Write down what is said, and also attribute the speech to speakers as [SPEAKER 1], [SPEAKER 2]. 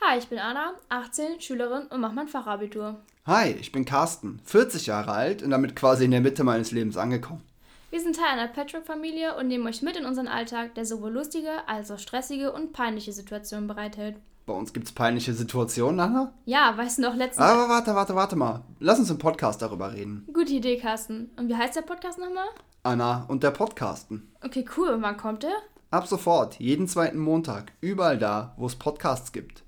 [SPEAKER 1] Hi, ich bin Anna, 18, Schülerin und mache mein Fachabitur.
[SPEAKER 2] Hi, ich bin Carsten, 40 Jahre alt und damit quasi in der Mitte meines Lebens angekommen.
[SPEAKER 1] Wir sind Teil einer Patchwork-Familie und nehmen euch mit in unseren Alltag, der sowohl lustige als auch stressige und peinliche Situationen bereithält.
[SPEAKER 2] Bei uns gibt's peinliche Situationen, Anna.
[SPEAKER 1] Ja, weißt du noch, letztens...
[SPEAKER 2] Aber warte, warte, warte mal. Lass uns im Podcast darüber reden.
[SPEAKER 1] Gute Idee, Carsten. Und wie heißt der Podcast nochmal?
[SPEAKER 2] Anna und der Podcasten.
[SPEAKER 1] Okay, cool. Und wann kommt der?
[SPEAKER 2] Ab sofort, jeden zweiten Montag, überall da, wo es Podcasts gibt.